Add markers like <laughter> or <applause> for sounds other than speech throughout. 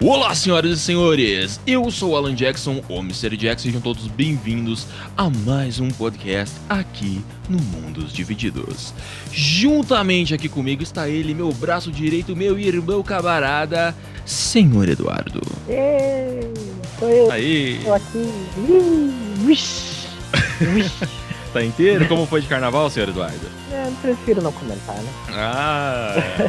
Olá, senhoras e senhores! Eu sou o Alan Jackson, o Mr. Jackson, sejam todos bem-vindos a mais um podcast aqui no Mundos Divididos. Juntamente aqui comigo está ele, meu braço direito, meu irmão camarada, senhor Eduardo. Ei, sou eu, Aí, tô aqui. Ih, Vixe, vixe. tá inteiro? Como foi de carnaval, senhor Eduardo? É, prefiro não comentar, né?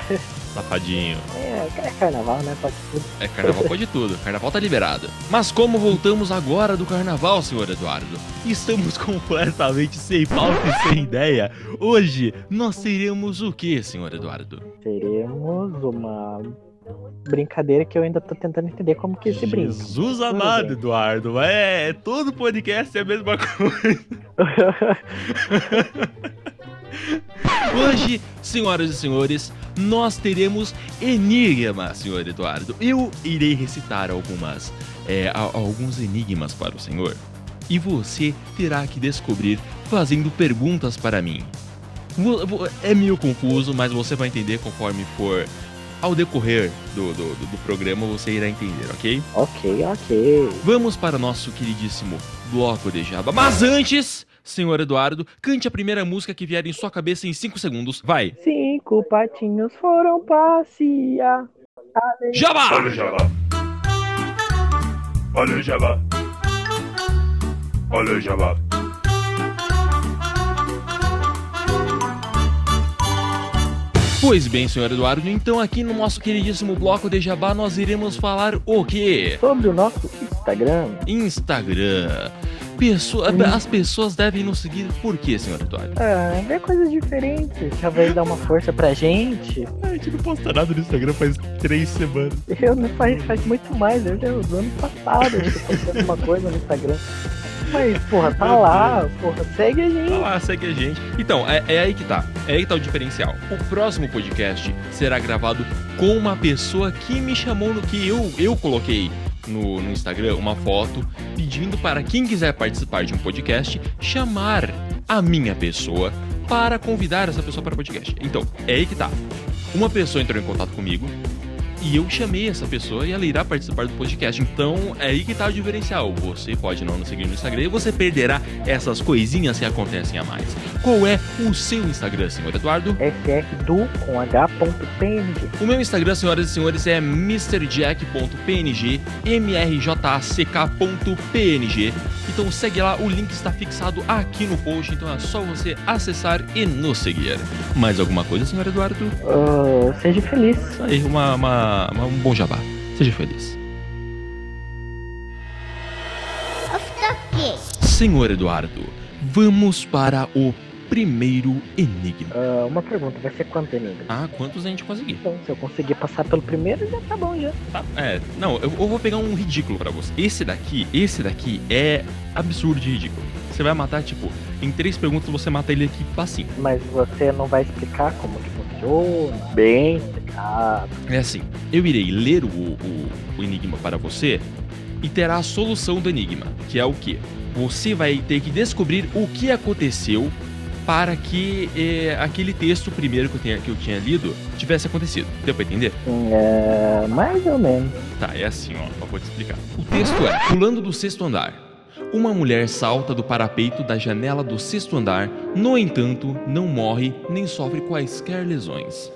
<laughs> Ah, safadinho. É, é carnaval, né? Pode tudo. É, carnaval pode tudo, carnaval tá liberado. Mas como voltamos agora do carnaval, senhor Eduardo? Estamos <laughs> completamente sem pauta e sem ideia. Hoje nós teremos o que, senhor Eduardo? Teremos uma brincadeira que eu ainda tô tentando entender como que se brinca. Jesus Tudo amado, bem. Eduardo. É, todo podcast é a mesma coisa. Hoje, senhoras e senhores, nós teremos enigma, senhor Eduardo. Eu irei recitar algumas, é, a- alguns enigmas para o senhor. E você terá que descobrir fazendo perguntas para mim. Vo- vo- É meio confuso, mas você vai entender conforme for. Ao decorrer do, do, do- do programa, você irá entender, ok? <laughs> ok, ok. Vamos para o nosso queridíssimo bloco de jaba. Mas antes, senhor Eduardo, cante a primeira música que vier em sua cabeça em 5 segundos. Vai! Cinco patinhos foram passear. Jabá! Olha o Jabá. Olha o Jabá. Olha o Jabá. Pois bem, senhor Eduardo, então aqui no nosso queridíssimo bloco de jabá nós iremos falar o quê? Sobre o nosso Instagram, Instagram. Pessoa- as pessoas devem nos seguir por quê, senhor Eduardo? ah, ver coisas diferentes. Talvez dar uma força pra gente. A gente não posta nada no Instagram faz três semanas. Eu não faz, faz muito mais, eu já do ano passado, eu tô postando uma coisa no Instagram. Mas, porra, tá lá, porra, segue a Vai gente. lá, segue a gente. Então, é, é aí que tá. É aí que tá o diferencial. O próximo podcast será gravado com uma pessoa que me chamou no que eu, eu coloquei no, no Instagram uma foto pedindo para quem quiser participar de um podcast chamar a minha pessoa para convidar essa pessoa para o podcast. Então, é aí que tá. Uma pessoa entrou em contato comigo e eu chamei essa pessoa e ela irá participar do podcast. Então é aí que tá o diferencial. Você pode não nos seguir no Instagram e você perderá essas coisinhas que acontecem a mais. Qual é o seu Instagram, senhor Eduardo? SF do com H.png. O meu Instagram, senhoras e senhores, é mrjack.png, mrjck.png. Então segue lá, o link está fixado aqui no post, então é só você acessar e nos seguir. Mais alguma coisa, senhor Eduardo? Ah, seja feliz. Isso aí, uma, uma- uma- um bom jabá. Seja feliz. Senhor Eduardo, vamos para o primeiro enigma. Ah, uma pergunta, vai ser quanto, enigma? Ah, quantos a gente conseguir? Então, se eu conseguir passar pelo primeiro, já tá bom já. Tá, é, não, eu, eu vou pegar um ridículo pra você. Esse daqui, esse daqui é absurdo de ridículo. Você vai matar, tipo, em três perguntas você mata ele aqui facinho. Mas você não vai explicar como que funciona. tá? Bem explicado. É assim, eu irei ler o, o- o enigma para você e terá a solução do enigma, que é o quê? Você vai ter que descobrir o que aconteceu para que eh, aquele texto primeiro que eu, tenha, que eu tinha lido tivesse acontecido. Deu pra entender? Hum, é, mais ou menos. Tá, é assim, ó, eu vou te explicar. O texto é: Pulando do sexto andar. Uma mulher salta do parapeito da janela do sexto andar, no entanto, não morre nem sofre quaisquer lesões.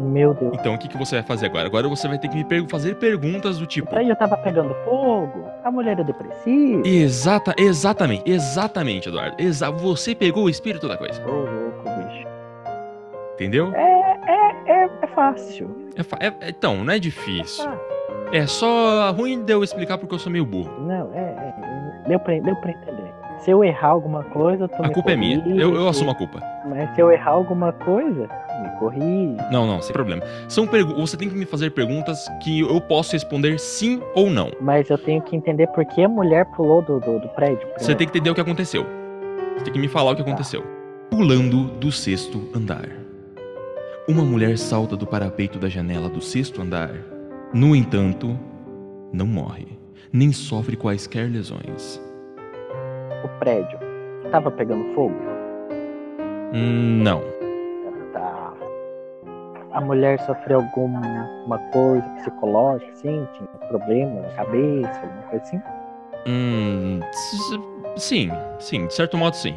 Meu Deus. Então, o que, que você vai fazer agora? Agora você vai ter que me per- fazer perguntas do tipo: Aí eu tava pegando fogo, a mulher é depressiva. Exata, exatamente, exatamente, Eduardo. Exa você pegou o espírito da coisa, Ô, louco, bicho. entendeu? É, é fácil. É fa- é- é- então, não é difícil. Ah, É só ruim de eu explicar porque eu sou meio burro. não, é. é- é. deu, pra, deu pra entender. Se eu errar alguma coisa, tu A me culpa é minha. corrige. Eu, eu assumo a culpa. Mas se eu errar alguma coisa, me corrige. Não, não, sem problema. São pergu- você tem que me fazer perguntas que eu posso responder sim ou não. Mas eu tenho que entender por que a mulher pulou do, do, do prédio. primeiro. Você tem que entender o que aconteceu. Você tem que me falar o que aconteceu. Pulando do sexto andar. Uma mulher salta do parapeito da janela do sexto andar. No entanto, não morre, nem sofre quaisquer lesões. O prédio tava pegando fogo? Hum, Não. Tá. a mulher sofreu alguma coisa psicológica, assim, tinha problema na cabeça, alguma coisa assim? Hum. s- Sim, sim, de certo modo sim.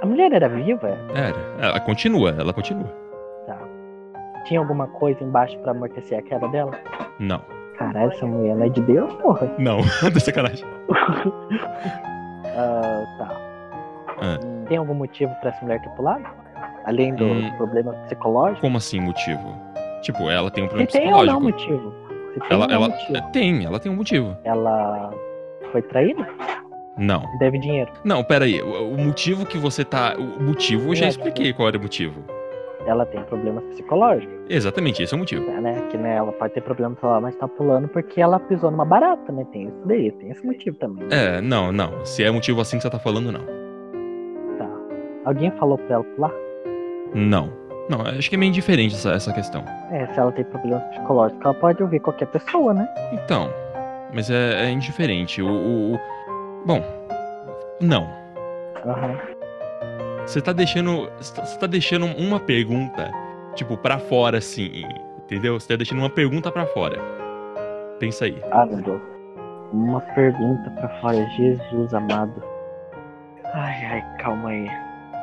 A mulher era viva? Era. Ela continua, ela continua. Tinha alguma coisa embaixo pra amortecer a queda dela? Não. Caralho, essa mulher não é de Deus, porra. Não, <laughs> tô sacanagem. Ah, tá. Ah. Tem algum motivo pra essa mulher ter pulado? Além do Hum. problema psicológico? Como assim motivo? Tipo, ela tem um Se problema tem ou não psicológico. motivo? Se tem Ela, ou não ela motivo. tem, ela tem um motivo. Ela foi traída? Não. Deve dinheiro. Não, peraí. O, o motivo que você tá. O motivo eu já É, expliquei qual era o motivo. Ela tem problemas psicológicos, Exatamente, esse é o motivo. né? Que né, ela pode ter problema psicológico, mas tá pulando porque ela pisou numa barata, né? Tem isso daí, tem esse motivo também. né? É, não, não. Se é motivo assim que você tá falando, não. Tá. Alguém falou pra ela pular? Não. Não, acho que é meio indiferente essa, essa questão. É, se ela tem problemas psicológicos, ela pode ouvir qualquer pessoa, né? Então. Mas é, é indiferente. O, o- o- Bom. Não. Aham. Você tá deixando. Você tá- você tá deixando uma pergunta, tipo, pra fora, assim. Entendeu? Você tá deixando uma pergunta pra fora. Pensa aí. Ah, meu Deus. Uma pergunta pra fora, Jesus amado. Ai, ai, calma aí.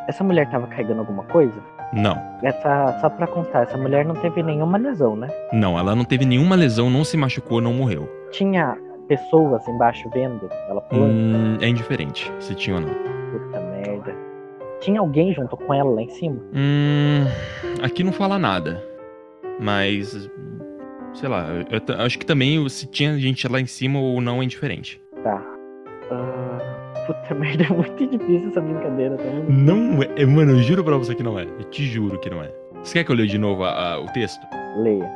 Essa mulher tava carregando alguma coisa? Não. Essa, só pra contar, essa mulher não teve nenhuma lesão, né? Não, ela não teve nenhuma lesão, não se machucou, não morreu. Tinha pessoas embaixo vendo ela pulando? Hum, é indiferente se tinha ou não. Puta merda. Tinha alguém junto com ela lá em cima? Hum, aqui não fala nada. Mas. Sei lá, eu, eu ta- acho que também se tinha gente lá em cima ou não é indiferente. Tá. Ah, puta <laughs> merda, é muito difícil essa brincadeira, tá vendo? Não é. Mano, eu juro pra você que não é. Eu te juro que não é. Você quer que eu leia de novo a- a- o texto? Leia.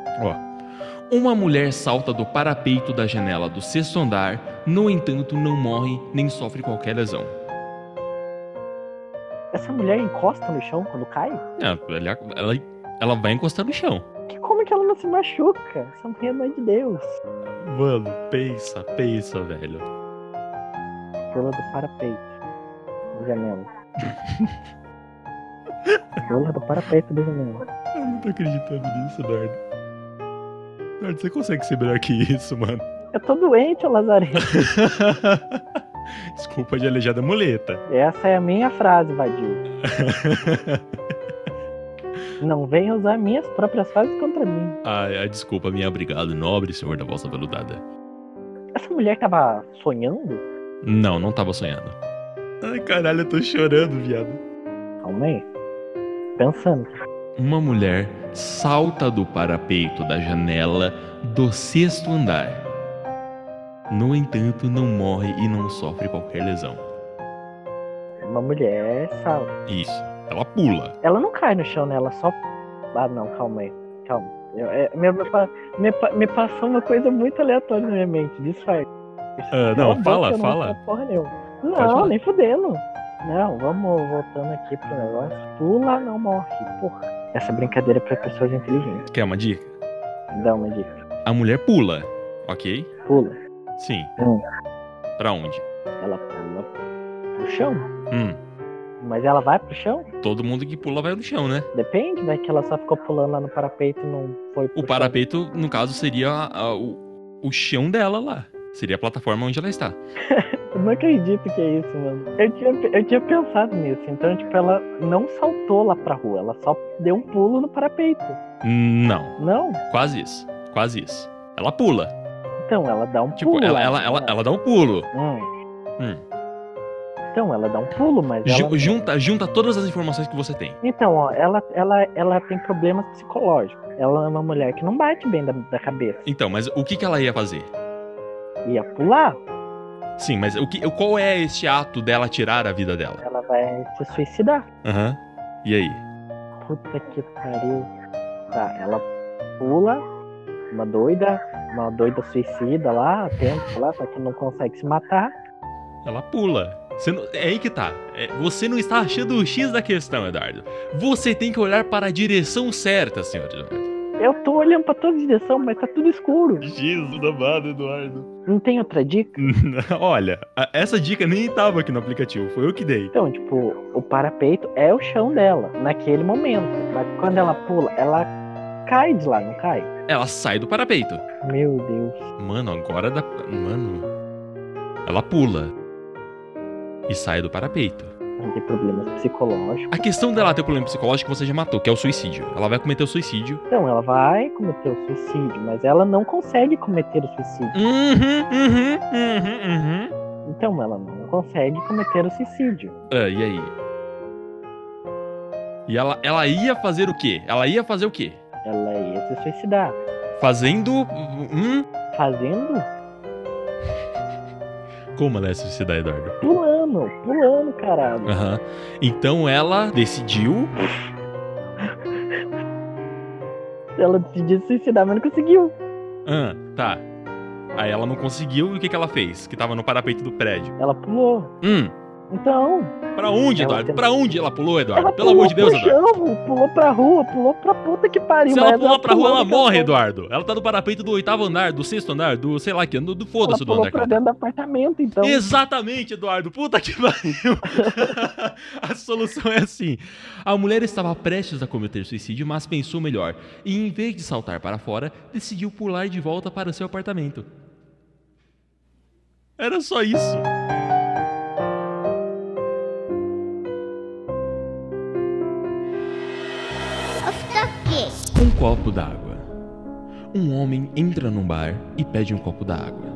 Uma mulher salta do parapeito da janela do sexto andar, no entanto, não morre nem sofre qualquer lesão. Essa mulher encosta no chão quando cai? É, ela, ela, ela vai encostar no chão. Que, como é que ela não se machuca? Essa mulher não é de Deus. Mano, pensa, pensa, velho. Pula do parapeito. Da janela. Pula do parapeito da janela. Eu não tô acreditando nisso, Nardo. Nardo, você consegue ser melhor que isso, mano? <laughs> Eu tô doente, ô Lazareno. Desculpa de aleijada muleta. Essa é a minha frase, vadio. Não venha usar minhas próprias frases contra mim. ai, ai, Ah, é, desculpa, minha obrigado, nobre senhor da voz aveludada. Essa mulher tava sonhando? Não, não tava sonhando. Ai, caralho, eu tô chorando, viado. Calma aí. Pensando. Uma mulher salta do parapeito da janela do sexto andar. No entanto, não morre e não sofre qualquer lesão. Uma mulher salta. Isso, ela pula. Ela não cai no chão, né? Ela só. Ah, não, calma aí. Calma. Eu- é, me, me pa- me pa- me passou uma coisa muito aleatória na minha mente. Disfarce. Ah, não, Cala fala, a boca, eu não vou fala. falar Porra nenhuma. falar. Não, nem fudendo. Não, vamos voltando aqui pro negócio. Pula, não morre. Porra. Essa brincadeira é pra pessoas inteligentes. Quer uma dica? Dá uma dica. A mulher pula, ok? Pula. Sim. Hum. Pra onde? Ela pula pro chão. Hum, Mas ela vai pro chão? todo mundo que pula vai no chão, né? Depende, né? Que ela só ficou pulando lá no parapeito e não foi pro O chão. parapeito, no caso, seria a- a- o, o chão dela lá. Seria a plataforma onde ela está. Eu não acredito que é isso, mano. Eu tinha, eu tinha pensado nisso. Então, tipo, ela não saltou lá pra rua. Ela só deu um pulo no parapeito. Não, Não? quase isso. Quase isso. Ela pula. Então, ela dá um Tipo, pulo. ela, lá, ela, né? ela, ela dá um pulo. Hum. Hum. Então, ela dá um pulo, mas Ju- ela... junta, junta todas as informações que você tem. Então, ó, ela, ela, ela tem problemas psicológicos. Ela é uma mulher que não bate bem da, da cabeça. Então, mas o que, que ela ia fazer? Ia pular, Sim, mas o que, qual é este ato dela tirar a vida dela? ela vai se suicidar. Aham. E aí? Puta que pariu. Tá, ela pula, uma doida, uma doida suicida lá, tenta lá, só que não consegue se matar. Ela pula. Você não- é aí que tá. É, você não está achando o X da questão, Eduardo. Você tem que olhar para a direção certa, senhor Eduardo. Eu tô olhando pra toda direção, mas tá tudo escuro. Jesus amado, Eduardo. Não tem outra dica? <laughs> Olha, a- essa dica nem estava aqui no aplicativo, foi eu que dei. Então, tipo, o parapeito é o chão dela, naquele momento. Mas quando ela pula, ela cai de lá, não cai? Ela sai do parapeito. Meu Deus. Mano, agora dá. Mano. Ela pula. E sai do parapeito. Não tem problemas psicológicos. A questão dela ter problema psicológico você já matou, que é o suicídio. Ela vai cometer o suicídio. Então, ela vai cometer o suicídio, mas ela não consegue cometer o suicídio. Uhum, uhum, uhum, uhum. Então, ela não consegue cometer o suicídio. Ah, e aí? E ela, ela ia fazer o quê? Ela ia fazer o quê? Ela é ia se suicidar. Fazendo. Hum? Fazendo? Como ela ia se suicidar, Eduardo? Pulando, pulando, caralho. Aham. Então ela decidiu. Ela decidiu se suicidar, mas não conseguiu. Ah, tá. Aí ela não conseguiu e o que, que ela fez? Que tava no parapeito do prédio. Ela pulou. Hum, Então, pra onde, Ela Eduardo? tem- Pra onde ela pulou, Eduardo? ela Pelo pulou amor de Deus, pro Eduardo. chão, pulou pra rua, pulou pra puta que pariu. Se ela mas pular pra rua, pulou ela naquela morre, porra. Eduardo. Ela tá no parapeito do oitavo andar, do sexto andar, do sei lá que, do, do Ela foda-se do pulou andar. pra cara. dentro do apartamento, então. Exatamente, Eduardo. Puta que pariu. <laughs> a solução é assim. A mulher estava prestes a cometer suicídio, mas pensou melhor. E em vez de saltar para fora, decidiu pular de volta para seu apartamento. Era só isso. Um copo d'água. Um homem entra num bar e pede um copo d'água.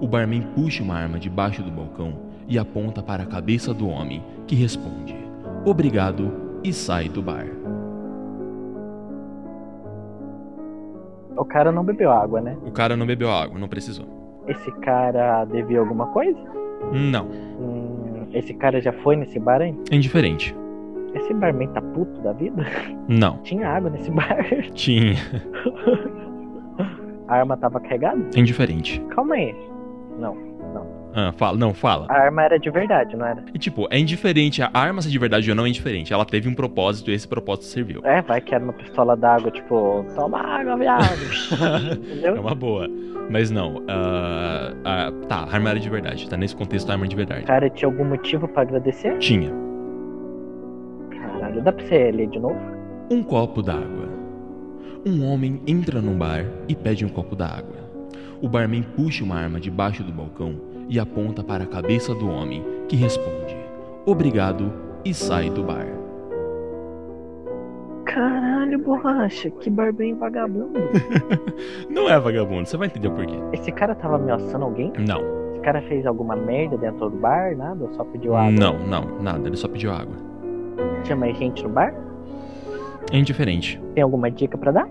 O barman puxa uma arma debaixo do balcão e aponta para a cabeça do homem, que responde: Obrigado e sai do bar. O cara não bebeu água, né? O cara não bebeu água, não precisou. Esse cara devia alguma coisa? Não, Hum, esse cara já foi nesse bar, hein? é indiferente. Esse barman tá puto da vida? Não, Tinha água nesse <laughs> bar. tinha. A arma tava carregada? É indiferente. Calma aí. Ah, fala, não, fala. A arma era de verdade, não era? E tipo, é indiferente, a arma se de verdade ou não é indiferente. Ela teve um propósito e esse propósito serviu. É, vai que era uma pistola d'água, tipo, toma água, viado. É Entendeu? uma boa. Mas não, ah, ah, tá, a arma era de verdade. Tá nesse contexto, a arma é de O verdade. cara tinha algum motivo pra agradecer? Tinha. Caralho, dá pra você ler de novo? Um copo d'água. Um homem entra num bar e pede um copo d'água. O barman puxa uma arma debaixo do balcão e aponta para a cabeça do homem, que responde: Obrigado e sai do bar. Caralho, borracha, que bar bem vagabundo. Não é vagabundo, você vai entender o porquê. Esse cara tava ameaçando alguém? Não, Esse cara fez alguma merda dentro do bar, nada? Só pediu água? não, não, nada, ele só pediu água. Tinha mais gente no bar? É indiferente. Tem alguma dica pra dar?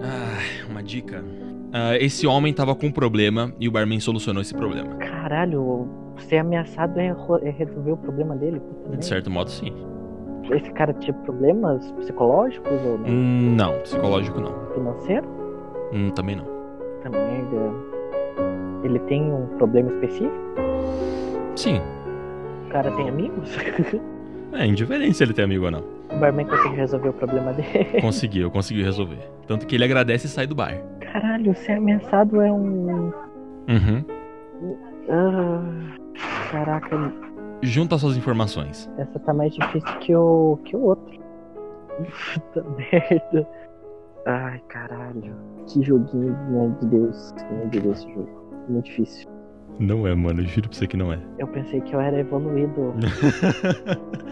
Ah, uma dica. Ah, esse homem tava com um problema e o barman solucionou esse problema. Caralho, ser ameaçado é, ro- é resolver o problema dele. puta merda. De certo modo, sim. Esse cara tinha problemas psicológicos ou Hum. não? Não, psicológico não. financeiro? Hum, Também não. Puta merda. Ele tem um problema específico? Sim, O cara tem amigos? <laughs> é indiferente se ele tem amigo ou não. O barman consegue resolver o problema <laughs> dele? <laughs> Conseguiu, conseguiu resolver. Tanto que ele agradece e sai do bar. Caralho, ser ameaçado é um. Uhum. Ah, caraca, Junta suas informações. essa tá mais difícil que o, que o outro. Puta <laughs> merda. Ai, caralho. Que joguinho, meu Deus. Meu Deus, esse jogo. Muito difícil. Não é, mano. Eu juro pra você que não é. Eu pensei que eu era evoluído. <laughs>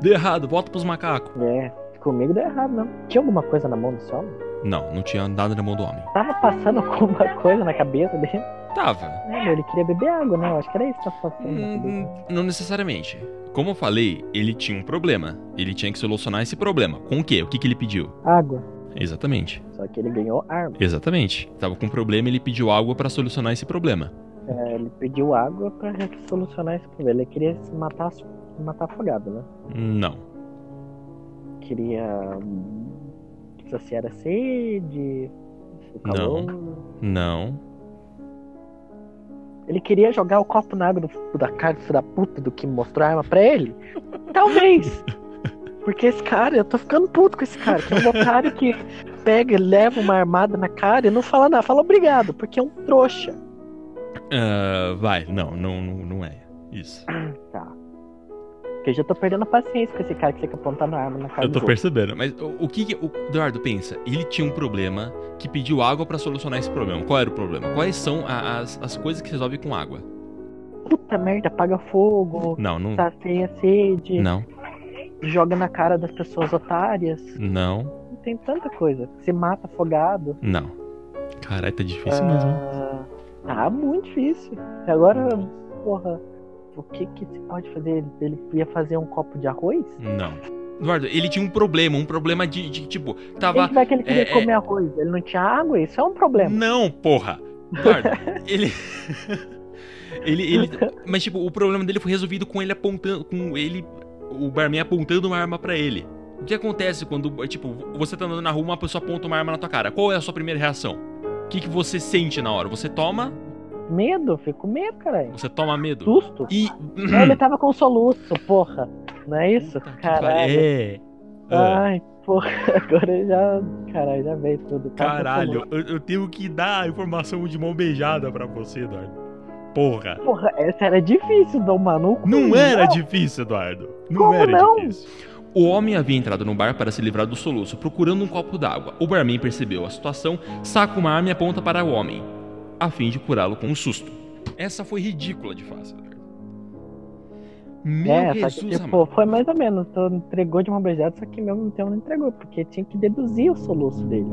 Deu errado, volta pros macacos. É, comigo deu errado, não. Tinha alguma coisa na mão do sol? Não, não tinha nada na mão do homem. Tava passando alguma <laughs> coisa na cabeça dele? Tava. Não, ele queria beber água, né? Eu acho que era isso que tava passando na cabeça. Hum, Não necessariamente. Como eu falei, ele tinha um problema. Ele tinha que solucionar esse problema. Com o quê? O que, que ele pediu? Água. Exatamente. Só que ele ganhou arma. Exatamente. Tava com um problema, ele pediu água pra solucionar esse problema. É, ele pediu água pra solucionar esse problema. Ele queria se matar, se matar afogado, né? Não. Queria hum, saciar a sede, o calor. Não. Ele queria jogar o copo na água do filho da cara, do filho da puta, do que mostrou a arma pra <laughs> ele? Talvez! Porque esse cara, eu tô ficando puto com esse cara, que é um otário que pega e leva uma armada na cara e não fala nada, fala obrigado, porque é um trouxa. Ah, vai. Não, não, não, não é. Isso. Tá. O porque eu já tô perdendo a paciência com esse cara que fica apontando a arma na cara Eu tô dos outros. percebendo. Mas o, o que, que- o Eduardo pensa? Ele tinha um problema que pediu água pra solucionar esse problema. Qual era o problema? Quais são a- as, as coisas que se resolve com água? Puta merda, apaga fogo, Não, não. sacia Tá a sede, Hum. Não, joga na cara das pessoas otárias. não, Tem tanta coisa. Se mata afogado. não. Caralho, tá difícil mesmo. hein? Ah, Tá muito difícil. E Agora, porra, o que que se pode fazer? Ele ia fazer um copo de arroz? Não. Eduardo, ele tinha um problema, um problema de, de, tipo, Quem tava. que vai que ele queria é, é. comer arroz? Ele não tinha água? Isso é um problema. Não, porra! Eduardo, ele. <laughs> ele, ele. Mas, tipo, o problema dele foi resolvido com ele apontando. Com ele. O barman apontando uma arma pra ele. O que acontece quando, tipo, você tá andando na rua e uma pessoa aponta uma arma na tua cara? Qual é a sua primeira reação? O que, que você sente na hora? Você toma? Hum. Medo? Fico com medo, caralho. Você toma medo? Susto. E. <laughs> Não, ele tava com soluço, porra. Não é isso? Hum. Puta que Caralho. pariu. É. Ah, Ai, porra, <laughs> agora já. Caralho, já veio tudo. Tava com Caralho, soluço. eu, eu tenho que dar a informação de mão beijada pra você, Eduardo. Porra. Porra, essa era difícil, Dom Manuco. Não era difícil, Eduardo. Não Como era não? difícil. O homem havia entrado no bar para se livrar do soluço, procurando um copo d'água. O barman percebeu a situação, saca uma arma e aponta para o homem, a fim de curá-lo com um susto. Essa foi ridícula de fácil, Eduardo. Meu É, só que, Jesus, tipo, amado. foi mais ou menos. Então, entregou de uma beijada, só que mesmo tempo não entregou, porque tinha que deduzir o soluço dele.